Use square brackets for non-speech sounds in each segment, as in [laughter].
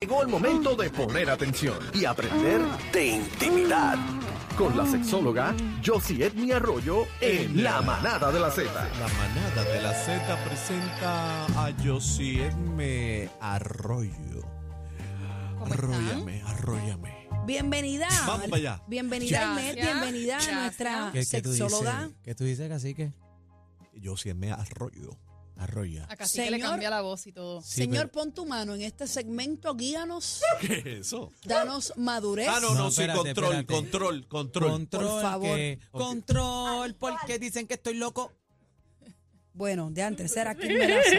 Llegó el momento de poner atención y aprender de intimidad. Con la sexóloga Josie Edmi Arroyo en La Manada de la Z. La manada de la Z presenta a Josiedme Arroyo. ¿Cómo están? Arroyame, arroyame. Bienvenida. Vamos para allá. Bienvenida, a Inet, Gracias. bienvenida Gracias. a nuestra ¿Qué- qué tú dices? sexóloga. ¿Qué tú dices, cacique? Josiedme Arroyo. Arroya. Acá sí que le Señor. cambia la voz y todo. Sí, Señor, pero- pon tu mano en este segmento, guíanos, ¿Qué es eso? danos madurez. Ah, no, no, No, sí, espérate, control, espérate. control, control, Control, Por favor. que- control, porque dicen que estoy loco. Bueno, de antes, será aquí Melaza.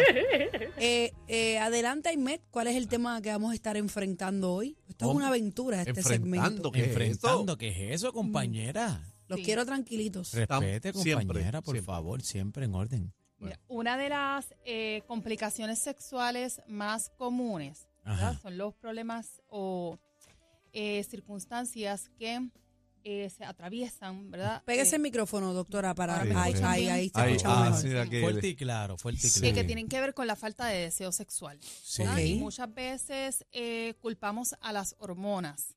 Eh, eh, adelante, Imet, ¿cuál es el tema que vamos a estar enfrentando hoy? Esto es Hombre, una aventura, este segmento. Enfrentando, ¿qué Enfrentando, es ¿qué es eso, compañera? Los Sí. quiero tranquilitos. Respete, Tam- siempre, compañera, por siempre. favor, siempre en orden. Mira, Una de las eh, complicaciones sexuales más comunes Ajá. ¿verdad? son los problemas o eh, circunstancias que eh, se atraviesan, ¿verdad? Pégese Eh, el micrófono, doctora, para Ay, ahí, ahí, sí. ahí, ahí se Ay, escucha ah, mejor. sí, era que- Fuerte y claro, fuerte y Sí. que, claro. que tienen que ver con la falta de deseo sexual. Sí. ¿verdad? Y Ok. muchas veces eh, culpamos a las hormonas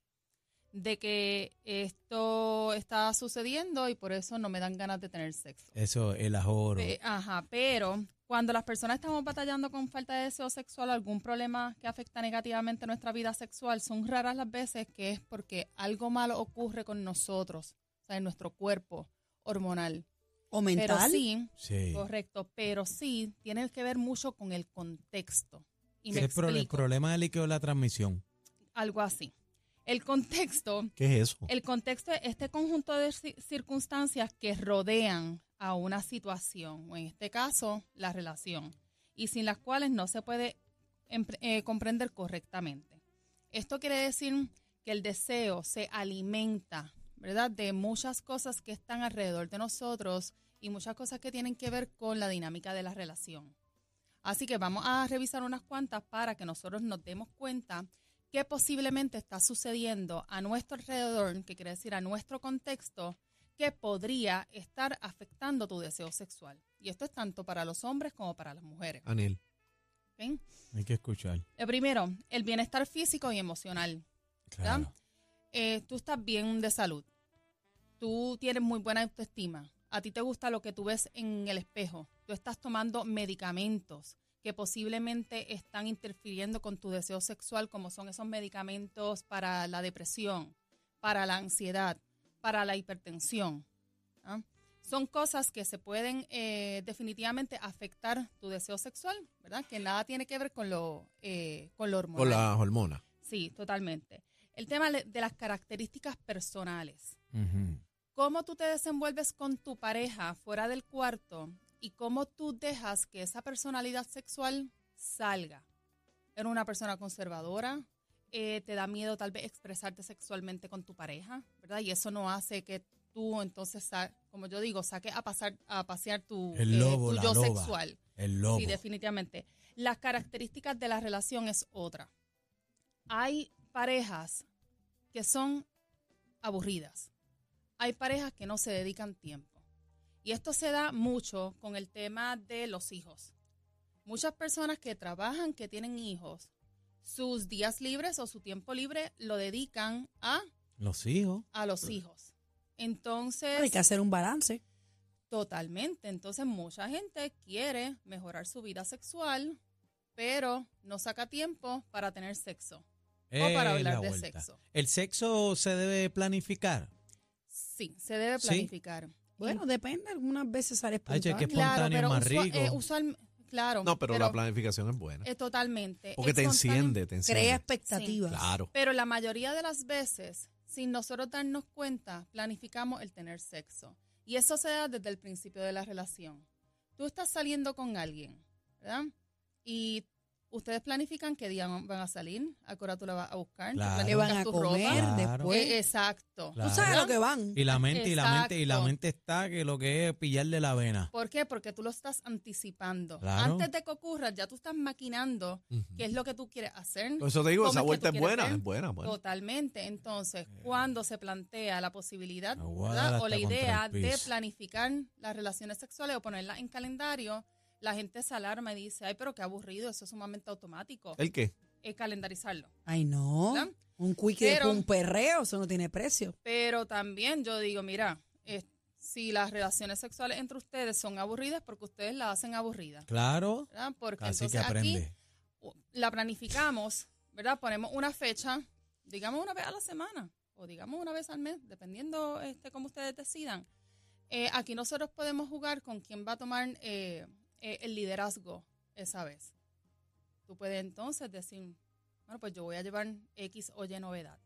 de que esto está sucediendo y por eso no me dan ganas de tener sexo. Eso, el ajoro. Pe- ajá, pero cuando las personas estamos batallando con falta de deseo sexual, algún problema que afecta negativamente nuestra vida sexual, son raras las veces que es porque algo malo ocurre con nosotros, o sea, en nuestro cuerpo hormonal. O Pero mental. sí, Sí. correcto, pero sí tiene que ver mucho con el contexto. Y me ¿Qué es pro- el explico, problema del líquido de la transmisión? algo así. El contexto ¿Qué es eso? el contexto es este conjunto de ci- circunstancias que rodean a una situación, o en este caso, la relación, y sin las cuales no se puede empre- eh, comprender correctamente. Esto quiere decir que el deseo se alimenta, ¿verdad?, de muchas cosas que están alrededor de nosotros y muchas cosas que tienen que ver con la dinámica de la relación. Así que vamos a revisar unas cuantas para que nosotros nos demos cuenta que posiblemente está sucediendo a nuestro alrededor, que quiere decir a nuestro contexto, que podría estar afectando tu deseo sexual. Y esto es tanto para los hombres como para las mujeres. Anel. ¿ok? Hay que escuchar. Lo primero, el bienestar físico y emocional. ¿verdad? Claro. Eh, tú estás bien de salud. Tú tienes muy buena autoestima. A ti te gusta lo que tú ves en el espejo. Tú estás tomando medicamentos que posiblemente están interfiriendo con tu deseo sexual, como son esos medicamentos para la depresión, para la ansiedad, para la hipertensión. ¿ah? Son cosas que se pueden eh, definitivamente afectar tu deseo sexual, ¿verdad? Que nada tiene que ver con lo, eh, con lo hormonal. Con las hormonas. Sí, totalmente. El tema le- de las características personales. Ujú. Cómo tú te desenvuelves con tu pareja fuera del cuarto y cómo tú dejas que esa personalidad sexual salga. Eres una persona conservadora, eh, te da miedo tal vez expresarte sexualmente con tu pareja, ¿verdad? Y eso no hace que tú entonces, sa- como yo digo, saques a, pasar, a pasear tu, El eh, lobo, tu la yo loba. sexual. El lobo. Sí, definitivamente. Las características de la relación es otra. Hay parejas que son aburridas. Hay parejas que no se dedican tiempo. Y esto se da mucho con el tema de los hijos. Muchas personas que trabajan, que tienen hijos, sus días libres o su tiempo libre lo dedican a, Los hijos. a los hijos. Entonces... Hay que hacer un balance. Totalmente. Entonces, mucha gente quiere mejorar su vida sexual, pero no saca tiempo para tener sexo o para Eh, la hablar de vuelta. sexo. ¿El sexo se debe planificar? Sí, se debe Sí. planificar. Bueno, depende, algunas veces sale Ay, che, espontáneo. qué espontáneo es más usua- rico. eh, usual- claro. No, pero, la planificación es buena. eh, totalmente. Porque te espontáneo. enciende, te Crea enciende. expectativas. Claro. Pero la mayoría de las veces, sin nosotros darnos cuenta, planificamos el tener sexo. Y eso se da desde el principio de la relación. Tú estás saliendo con alguien, ¿verdad? Y Ustedes planifican qué día van a salir, a qué hora tú la vas a buscar, tú Claro. ¿Qué planificas van a tu comer ropa. Claro. después? Eh, exacto. Claro. Tú sabes lo que van. Y la mente, y la mente, y la Exacto. mente está que lo que es pillarle la vena. ¿Por qué? Porque tú lo estás anticipando. Claro. Antes de que ocurra, ya tú estás maquinando qué es lo que tú quieres hacer. Por eso te digo, ¿Cómo esa es que vuelta tú es quieres buena, ver? es buena, buena. Totalmente. Entonces, Eh. cuando se plantea la posibilidad Me voy a ¿verdad? dar o la hasta contra idea el de piso. planificar las relaciones sexuales o ponerlas en calendario, la gente se alarma y dice, ay, pero qué aburrido, eso es sumamente automático, ¿El qué? eh, calendarizarlo. Ay, no. ¿Verdad? Un quickie Pero- un perreo, eso no tiene precio. Pero también yo digo, mira, eh, si las relaciones sexuales entre ustedes son aburridas, porque ustedes las hacen aburridas. Claro, ¿verdad? Porque así que entonces aquí aprende. o- la planificamos, ¿verdad? Ponemos una fecha, digamos una vez a la semana o digamos una vez al mes, dependiendo este cómo ustedes decidan. Eh, aquí nosotros podemos jugar con quién va a tomar eh, eh, el liderazgo esa vez. Tú puedes entonces decir, bueno, pues yo voy a llevar X o Y novedad,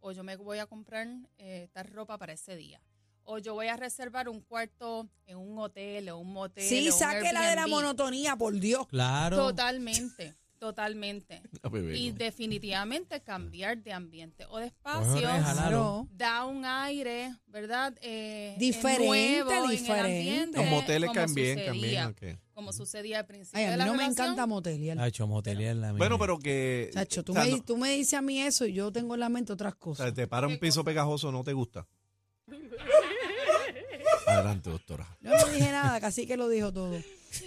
o yo me voy a comprar eh, tal ropa para ese día. O yo voy a reservar un cuarto en un hotel o un motel. Sí, o un sáquela de la Airbnb". monotonía, por Dios. Claro. Totalmente, totalmente. Ah, bebé, [laughs] Y no. definitivamente cambiar de ambiente o de Coge espacio oreja, Claro. da un aire, ¿verdad? Eh, eh, Diferente, nuevo en el diferente. ambiente, Los moteles como caen bien, sucedía- caen bien. ok. Como sucedía al principio. Ay, a de mí la no me relación. encanta moteliar. Hacho, motelier la misma. Bueno, pero que. Chacho, tú, o sea, me, no- di- tú me dices a mí eso y yo tengo en la mente otras o sea, cosas. te para un ¿Qué piso cosa? pegajoso, no te gusta. [laughs] Adelante, doctora. Yo no dije nada, casi que lo dijo todo.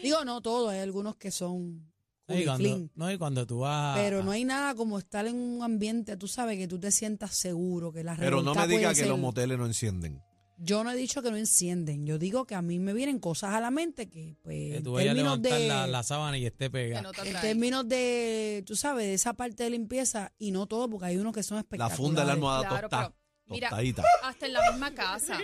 Digo, no todo, hay algunos que son no, y cuando, culiclín, no, y cuando tú Ah, vas. pero no hay nada como estar en un ambiente, tú sabes, que tú te sientas seguro, que la Pero no revolta me diga puede que ser- los moteles no encienden. Yo no he dicho que no encienden, yo digo que a mí me vienen cosas a la mente que, pues, Que en tú vayas a términos levantar de... la, la sábana y esté Que pegada. no te En atrae. términos de, tú sabes, de esa parte de limpieza y no todo, porque hay unos que son La espectaculares. funda de la almohada Claro, tostada. pero mira, Tostadita. hasta en la misma casa.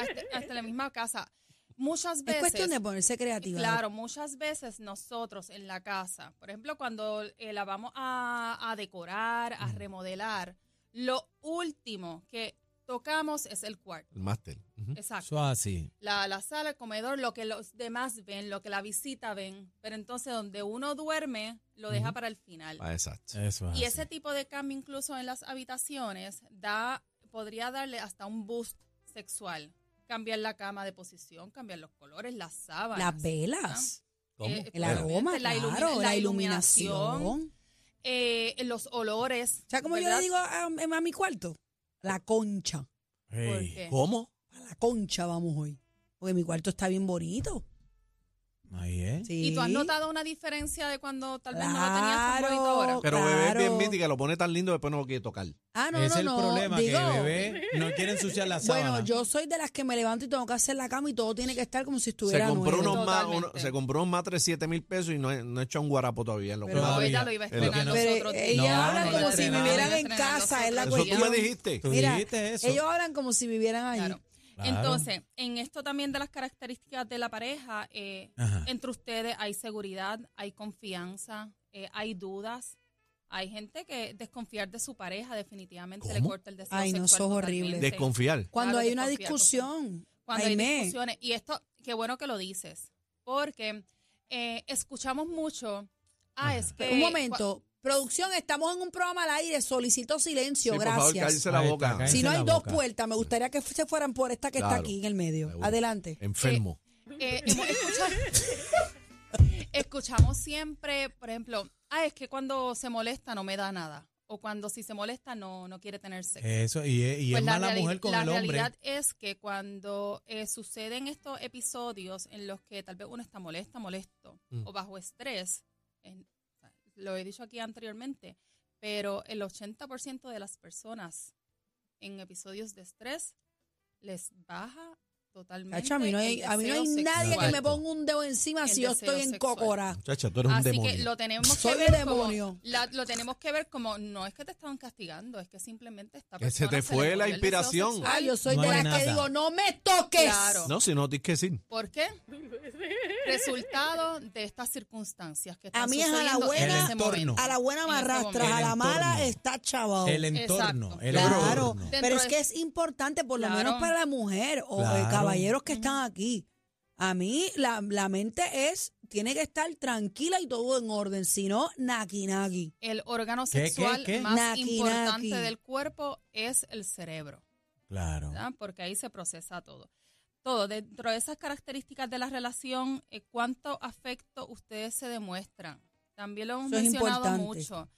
Hasta, hasta en la misma casa. Muchas Es veces. cuestión de ponerse creativa. Claro, muchas veces nosotros en la casa, por ejemplo, cuando eh, la vamos a, a decorar, a remodelar, lo último que tocamos es el cuarto. El máster. Ujú. Exacto. Eso es así. La, la sala, el comedor, lo que los demás ven, lo que la visita ven, pero entonces donde uno duerme lo deja para el final. Ah, exacto. Eso es Y así. ese tipo de cambio incluso en las habitaciones da podría darle hasta un boost sexual. Cambiar la cama de posición, cambiar los colores, las sábanas. Las ¿verdad? velas, ¿Cómo? eh, el Bueno. aroma, la, La ilumi- claro, la la iluminación. iluminación. eh, los olores. O sea, como yo ¿verdad? le digo a, a mi cuarto, la concha. ¿Por Ey, qué? ¿Cómo? A la concha vamos hoy. Porque mi cuarto está bien bonito. Ahí es. Sí. ¿Y tú has notado una diferencia de cuando tal vez no lo tenías tan Claro. bonito ahora? Pero bebé es bien Claro. mítica, lo pone tan lindo, después no lo quiere tocar. Ah, no, es no, el no. problema digo, que el bebé no quiere ensuciar la sábana. bueno, yo soy de las que me levanto y tengo que hacer la cama y todo tiene que estar como si Se estuviera compró, nuevo. unos más, Totalmente. uno- se compró un matre de 7 mil pesos y no, he- no ha hecho un guarapo todavía. en Lo Pero que va. Pues todavía. ya lo iba a Es lo que estrenar no- los Pero otros eh, días. ellos No, hablan no como lo si estrenaron. vivieran en Estrenar los casa, es la otros eso tú cuestión. me dijiste. Tú Mira, dijiste eso. ellos hablan como si vivieran ahí. Claro. Claro. Entonces, en esto también de las características de la pareja, eh, Ajá. entre ustedes hay seguridad, hay confianza, eh, hay dudas. Hay gente que desconfiar de su pareja definitivamente le ¿Cómo? corta el deseo Ay, no, sexual eso es horrible. totalmente. Desconfiar. Cuando Claro, hay una desconfiar, discusión, cuando hay Aimee. discusiones. Y esto, qué bueno que lo dices, porque eh, escuchamos mucho. Ah, es que. un momento, producción, estamos en un programa al aire, solicito silencio, Sí, por favor, gracias. cállese la Ahí está, boca. cállese. si no la hay dos boca. puertas, me gustaría que se fueran por esta que Claro, está aquí en el medio. seguro. Adelante. Enfermo. cua- [laughs] eh, hemos escuchado- [laughs] escuchamos siempre, por ejemplo, ah, es que cuando se molesta no me da nada. O cuando si se molesta no, no quiere tener sexo. Eso, y es, Eh, y Pues es la mala reali- mujer con la el hombre. realidad es que cuando eh, suceden estos episodios en los que tal vez uno está molesta, molesto Mm. o bajo estrés, en- o sea, lo he dicho aquí anteriormente, pero el 80% de las personas en episodios de estrés les baja totalmente. Cacho, a mí no el hay, a mí no deseo hay nadie que sexual. me ponga un dedo encima El si yo deseo estoy en sexual. Cocora. Muchacha, tú eres un Así demonio. que lo tenemos Soy que ver un demonio. como la- lo tenemos que ver como no es que te estaban castigando, es que simplemente esta Que se persona te fue le la murió el deseo inspiración. sexual. Ah, yo soy No de hay las que nada. digo, no me toques. Claro. No, si no, tienes que decir. ¿Por qué? Resultado de estas circunstancias que están A mí es a la sucediendo en buena- este El entorno. momento. A la buena En me este arrastras, momento. a la El mala entorno. está chavado. El entorno. Exacto. El Claro, entorno. Dentro pero es de- que es importante, por lo Claro. menos para la mujer o eh, Claro. caballeros que están aquí. A mí la, la mente es tiene que estar tranquila y todo en orden, si no, naki naki. El órgano ¿Qué, qué, sexual qué? más Naki, importante naki. del cuerpo es el cerebro, Claro. ¿verdad? porque ahí se procesa todo. Todo, dentro de esas características de la relación, eh, cuánto afecto ustedes se demuestran. También lo hemos Eso es mencionado importante. mucho.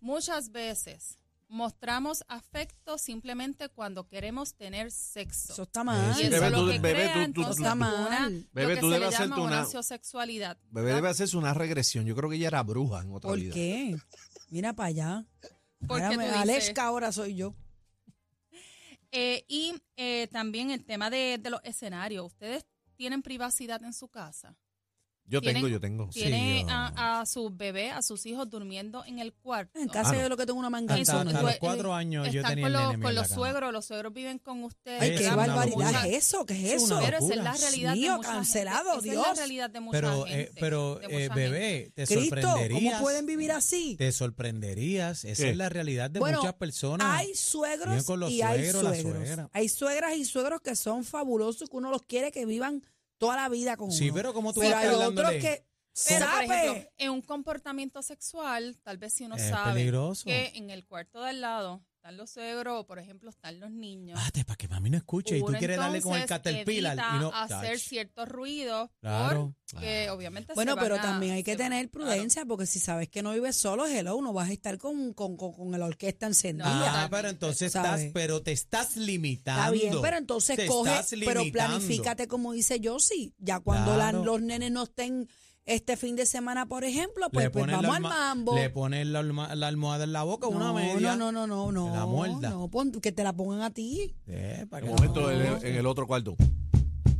Muchas veces mostramos afecto simplemente cuando queremos tener sexo. Eso está mal. Y eso Bebé, es lo tú- que bebé, crea, tú- tú- entonces, Está mal. una- Bebé, lo que tú se debes le hacerte llama una, una- ansiosexualidad. Bebé ¿verdad? debe hacerse una regresión. Yo creo que ella era bruja en otra ¿Por vida. qué? Mira para allá. ¿Por qué Ahora tú me- dices? Alexa ahora soy yo. Eh, y eh, también el tema de, de los escenarios. ¿Ustedes tienen privacidad en su casa? Yo tengo, Tienen- yo tengo. Sí, ¿Tiene yo- a, a sus bebés, a sus hijos durmiendo en el cuarto? En casa Ah, no. yo lo que tengo una Hasta, Eso no due- hasta manganzona. los cuatro años yo Están tenía con el los, nene mío con en la los cama. suegros, los suegros viven con ustedes. Ay, Eso qué es una barbaridad locura. es eso, qué es Es una eso. Pero esa es locura. la realidad Mío, de mucha cancelado, gente. Esa Dios. es la realidad de mucha Pero, eh, gente. pero de eh, mucha gente. bebé, te Cristo, ¿cómo sorprenderías. pueden vivir así? Te sorprenderías. Esa ¿Qué? es la realidad de Bueno, muchas personas. Hay suegros Viven con los y hay suegros, la suegros. suegra. Hay suegras y suegros que son fabulosos, que uno los quiere que vivan toda la vida con Sí, uno. pero como tú Pero vas hay otros hablándole- que Pero, por sabe. ejemplo, en un comportamiento sexual, tal vez si uno Es sabe peligroso. que en el cuarto de al lado están los suegros, o por ejemplo, están los niños. Bate, para que mami no escuche. Ah, Y tú Uno quieres darle con el entonces caterpillar. evita Y no, hacer Tach. ciertos ruidos Claro. porque obviamente Bueno, se van pero a- también hay que se van- tener claro. prudencia porque si sabes que no vives solo, hello, no vas a estar con, con, con, con la orquesta encendida. Ah, totalmente, pero entonces ¿sabes? estás, pero te estás Está limitando. bien, pero entonces Te coge, estás pero limitando. planifícate como dice Josie. Ya cuando la- Claro. los nenes no estén este fin de semana, por ejemplo, pues, le pues pones la vamos al alma- mambo. Le pones la, alma- la almohada en la boca, no, una media. no, no, no, no, Te la muerda. no, pon- que te la pongan a ti. Eh, para En que un momento no. en, en el otro cuarto.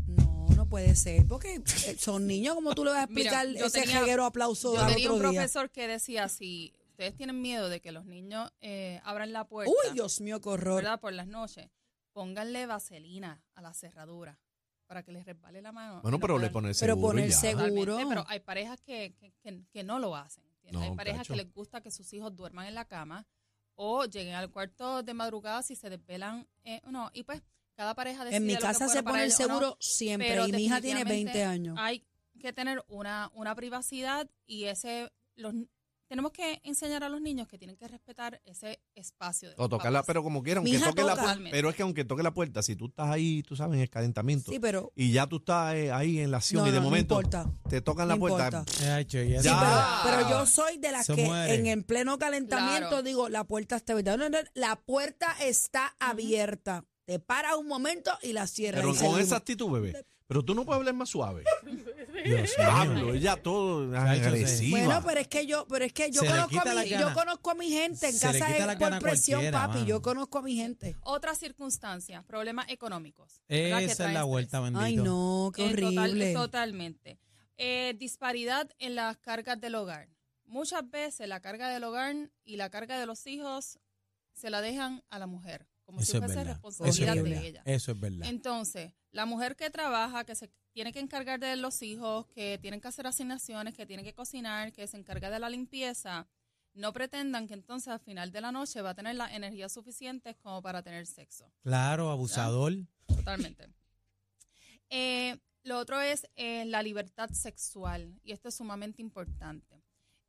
No, no puede ser, porque eh, son niños, como tú le vas a explicar Mira, yo ese tenía- reguero aplauso Yo al tenía un otro día? profesor que decía si ustedes tienen miedo de que los niños eh, abran la puerta, Uy, Dios mío, qué horror. ¿verdad? Por las noches, pónganle vaselina a la cerradura para que les resbale la mano. Bueno, y no pero le puedan- pones Pero seguro. y poner ya. seguro. Totalmente, Pero hay parejas que, que- que- que no lo hacen. ¿entiendes? No, hay parejas cacho. que les gusta que sus hijos duerman en la cama o lleguen al cuarto de madrugada si se desvelan. eh, no, y pues cada pareja decide En mi lo que casa fuera se para pone el ellos, ¿no? seguro siempre pero y mi hija tiene definitivamente 20 años. Hay que tener una, una privacidad y ese los tenemos que enseñar a los niños que tienen que respetar ese espacio. De O los tocarla, papás. pero como quiera, Mi aunque hija toque la toca. puerta. Pero es que aunque toque la puerta, si tú estás ahí, tú sabes, en el calentamiento, Sí, pero y ya tú estás eh, ahí en la acción No, y de no, no momento importa. te tocan No la puerta. importa. Ay, che, ya Sí, se- pero, Ah. pero yo soy de las Se que muere. en, en pleno calentamiento Claro. digo, la puerta está abierta. No, no, la puerta está abierta. Te para un momento y la cierras. Pero y con seguimos. esa actitud, bebé. Pero tú no puedes hablar más suave. Dios mío. Pablo, ella todo Chacho, agresiva. Bueno, pues, pero es que yo, pero es que yo Se le conozco quita a la mi, gana. yo conozco a mi gente en Se le casa quita es la gana por a presión, cualquiera, papi. mano. Yo conozco a mi gente. Otras circunstancias, problemas económicos. ¿verdad? que Esa es traen la estrés. vuelta, bendito. Ay, no, qué Eh, total- horrible. totalmente. Eh, disparidad en las cargas del hogar. Muchas veces la carga del hogar y la carga de los hijos se la dejan a la mujer, como Eso si es fuese verdad. Eso responsabilidad es de verdad. ella. Eso es verdad. Entonces, la mujer que trabaja, que se tiene que encargar de los hijos, que tienen que hacer asignaciones, que tiene que cocinar, que se encarga de la limpieza, no pretendan que entonces al final de la noche va a tener las energías suficientes como para tener sexo. Claro, abusador. [coughs] Totalmente. Eh, lo otro es eh, la libertad sexual, y esto es sumamente importante.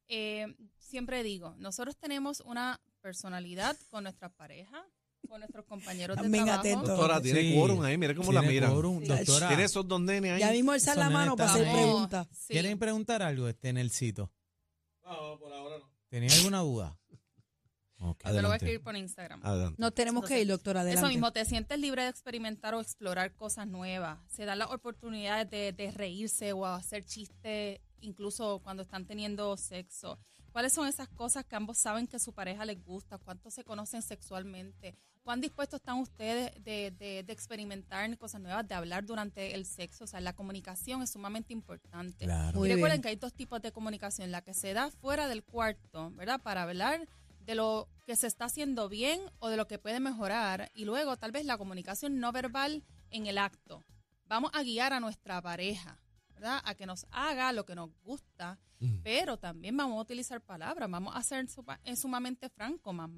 Eh, siempre digo, nosotros tenemos una personalidad con nuestras parejas, con nuestros compañeros de También trabajo. atento. Doctora, tiene Sí. quórum ahí, mira cómo la Tiene miran. quórum, Sí. doctora. Tiene esos dos nenes Ya ahí. mismo alzar la Esos nenes mano para hacer estaban ahí. preguntas. sí. ¿Quieren preguntar algo, este Nelsito? No, por ahora no. ¿Tenía alguna duda? Te lo Ok. voy a Adelante. escribir por Instagram. Adelante. Nos tenemos que ir, doctora. Adelante. Eso mismo, te sientes libre de experimentar o explorar cosas nuevas. Se dan las oportunidades de, de reírse o hacer chistes, incluso cuando están teniendo sexo. ¿Cuáles son esas cosas que ambos saben que su pareja les gusta? ¿Cuánto se conocen sexualmente? ¿Cuán dispuestos están ustedes de, de- de experimentar cosas nuevas, de hablar durante el sexo? O sea, la comunicación es sumamente importante. Claro. Muy y recuerden bien. que hay dos tipos de comunicación, la que se da fuera del cuarto, ¿verdad? Para hablar de lo que se está haciendo bien o de lo que puede mejorar y luego tal vez la comunicación no verbal en el acto. Vamos a guiar a nuestra pareja, ¿verdad? ¿verdad? A que nos haga lo que nos gusta, Mm. pero también vamos a utilizar palabras, vamos a ser supa- eh, sumamente franco, más,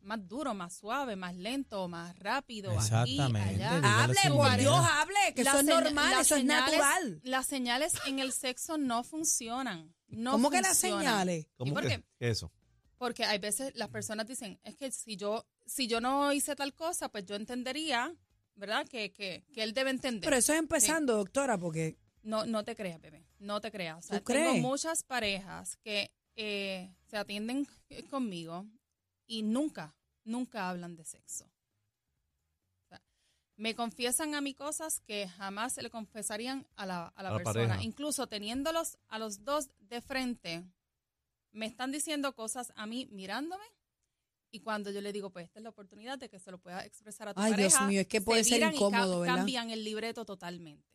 más duro, más suave, más lento, más rápido, aquí, Exactamente, allá. dígalo Hable, sin por miedo. Dios, hable, que eso es seña- normal, las eso es señales- natural. Las señales en el sexo no funcionan. No ¿Cómo que las funcionan. señales? ¿Y por qué? Eso. Porque hay veces las personas dicen, es que si yo, si yo no hice tal cosa, pues yo entendería, ¿verdad? Que, que, que él debe entender. Pero eso es empezando, doctora, porque No, no te creas, bebé. No te creas. O sea, ¿Tú crees? tengo muchas parejas que eh, se atienden eh, conmigo y nunca, nunca hablan de sexo. O sea, me confiesan a mí cosas que jamás se le confesarían a la, a la A la persona. pareja. Incluso teniéndolos a los dos de frente, me están diciendo cosas a mí mirándome. Y cuando yo le digo, pues esta es la oportunidad de que se lo pueda expresar a tu Ay, Dios pareja, mío, es que se puede ser viran y ca- incómodo, ¿verdad? Cambian el libreto totalmente.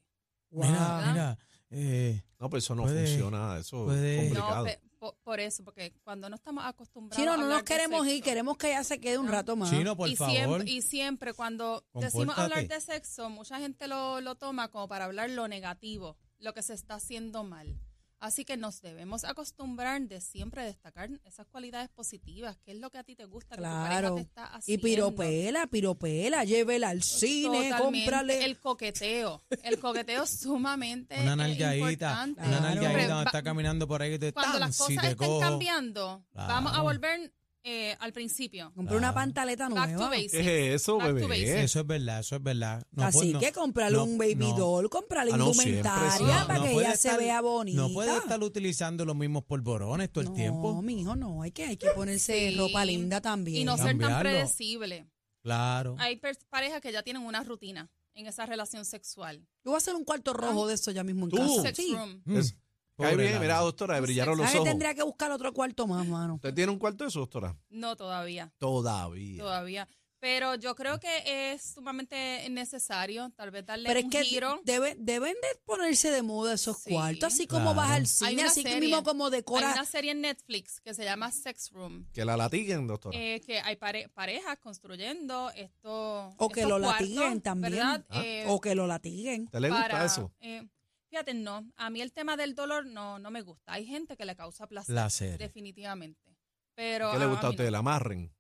Mira, Wow. mira, eh, No, pues eso no Puede- funciona. Eso puede- es No, complicado. pe- po- por eso, porque cuando no estamos acostumbrados Chino, a no hablar nos de queremos ir, sexo, Ah, queremos que ella se quede un rato más. Chino, por y favor. Siempre, y siempre cuando decimos Compórtate. hablar de sexo, mucha gente lo, lo toma como para hablar lo negativo, lo que se está haciendo mal. Así que nos debemos acostumbrar de siempre destacar esas cualidades positivas, que es lo que a ti te gusta, que tu pareja Claro. te está haciendo. Y piropela, piropela, llévela al cine, Totalmente. cómprale. El coqueteo. El coqueteo es sumamente una eh, nalgadita, importante. una Claro. nalgadita Hombre, cuando va- está caminando por ahí que te cuando tan, las cosas si te estén cojo. cambiando, vamos a Claro. volver eh, al principio. Compré Ah. una pantaleta Back to nueva. basics. ¿Qué es eso, Back to bebé? basics. Eso es verdad, eso es verdad. No, Así pues, no, que comprarle no, un baby no. doll, comprarle Ah, no, siempre, indumentaria sí. para No que puede ella se estar- vea bonita. No puede estar utilizando los mismos polvorones todo el No, tiempo. mijo, no, hay que, hay que ponerse Sí. ropa linda también. Y no ser tan Cambiarlo. predecible. Claro. Hay per- parejas que ya tienen una rutina en esa relación sexual. Yo voy a hacer un cuarto rojo de eso ya mismo en Tú. casa. Sex Sí. room. Mm, Es- Cae pobre bien, Lalo. mira, doctora, le brillaron los ¿Sabes? ojos. Tendría que buscar otro cuarto más, mano. ¿Usted tiene un cuarto de eso, doctora? No, todavía, Todavía. todavía. Pero yo creo que es sumamente necesario tal vez darle Pero es un que giro. debe- deben de ponerse de moda esos Sí. cuartos, así como Claro. vas al Hay cine, una así serie. mismo como Hay decoras. una serie en Netflix que se llama Sex Room, Que la latiguen, doctora. eh, que hay pare- parejas construyendo esto. O que estos lo cuartos, latiguen también. ¿verdad? Ah. Eh, O que lo latiguen. ¿Te le gusta para, eso? eh, fíjate, no. A mí el tema del dolor no, no me gusta. Hay gente que le causa placer, Placer. definitivamente. Pero ¿Qué le a gusta a mí no. usted? La amarren.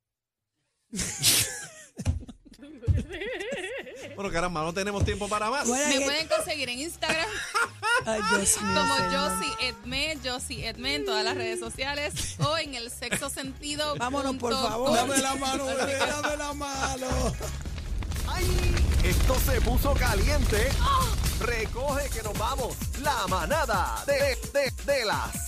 bueno, caramba, no tenemos tiempo para más. Bueno, Me que- pueden conseguir en Instagram [laughs] Ay, Dios mío, [laughs] como señor. Josie Edme, Josie Edme en todas las redes sociales o en el sexo sentido. Vámonos, por punto favor. com. Dame la [laughs] mano, bebé, dame la mano. ¡Ay! Esto se puso caliente. Recoge que nos vamos. La manada de, de, de las.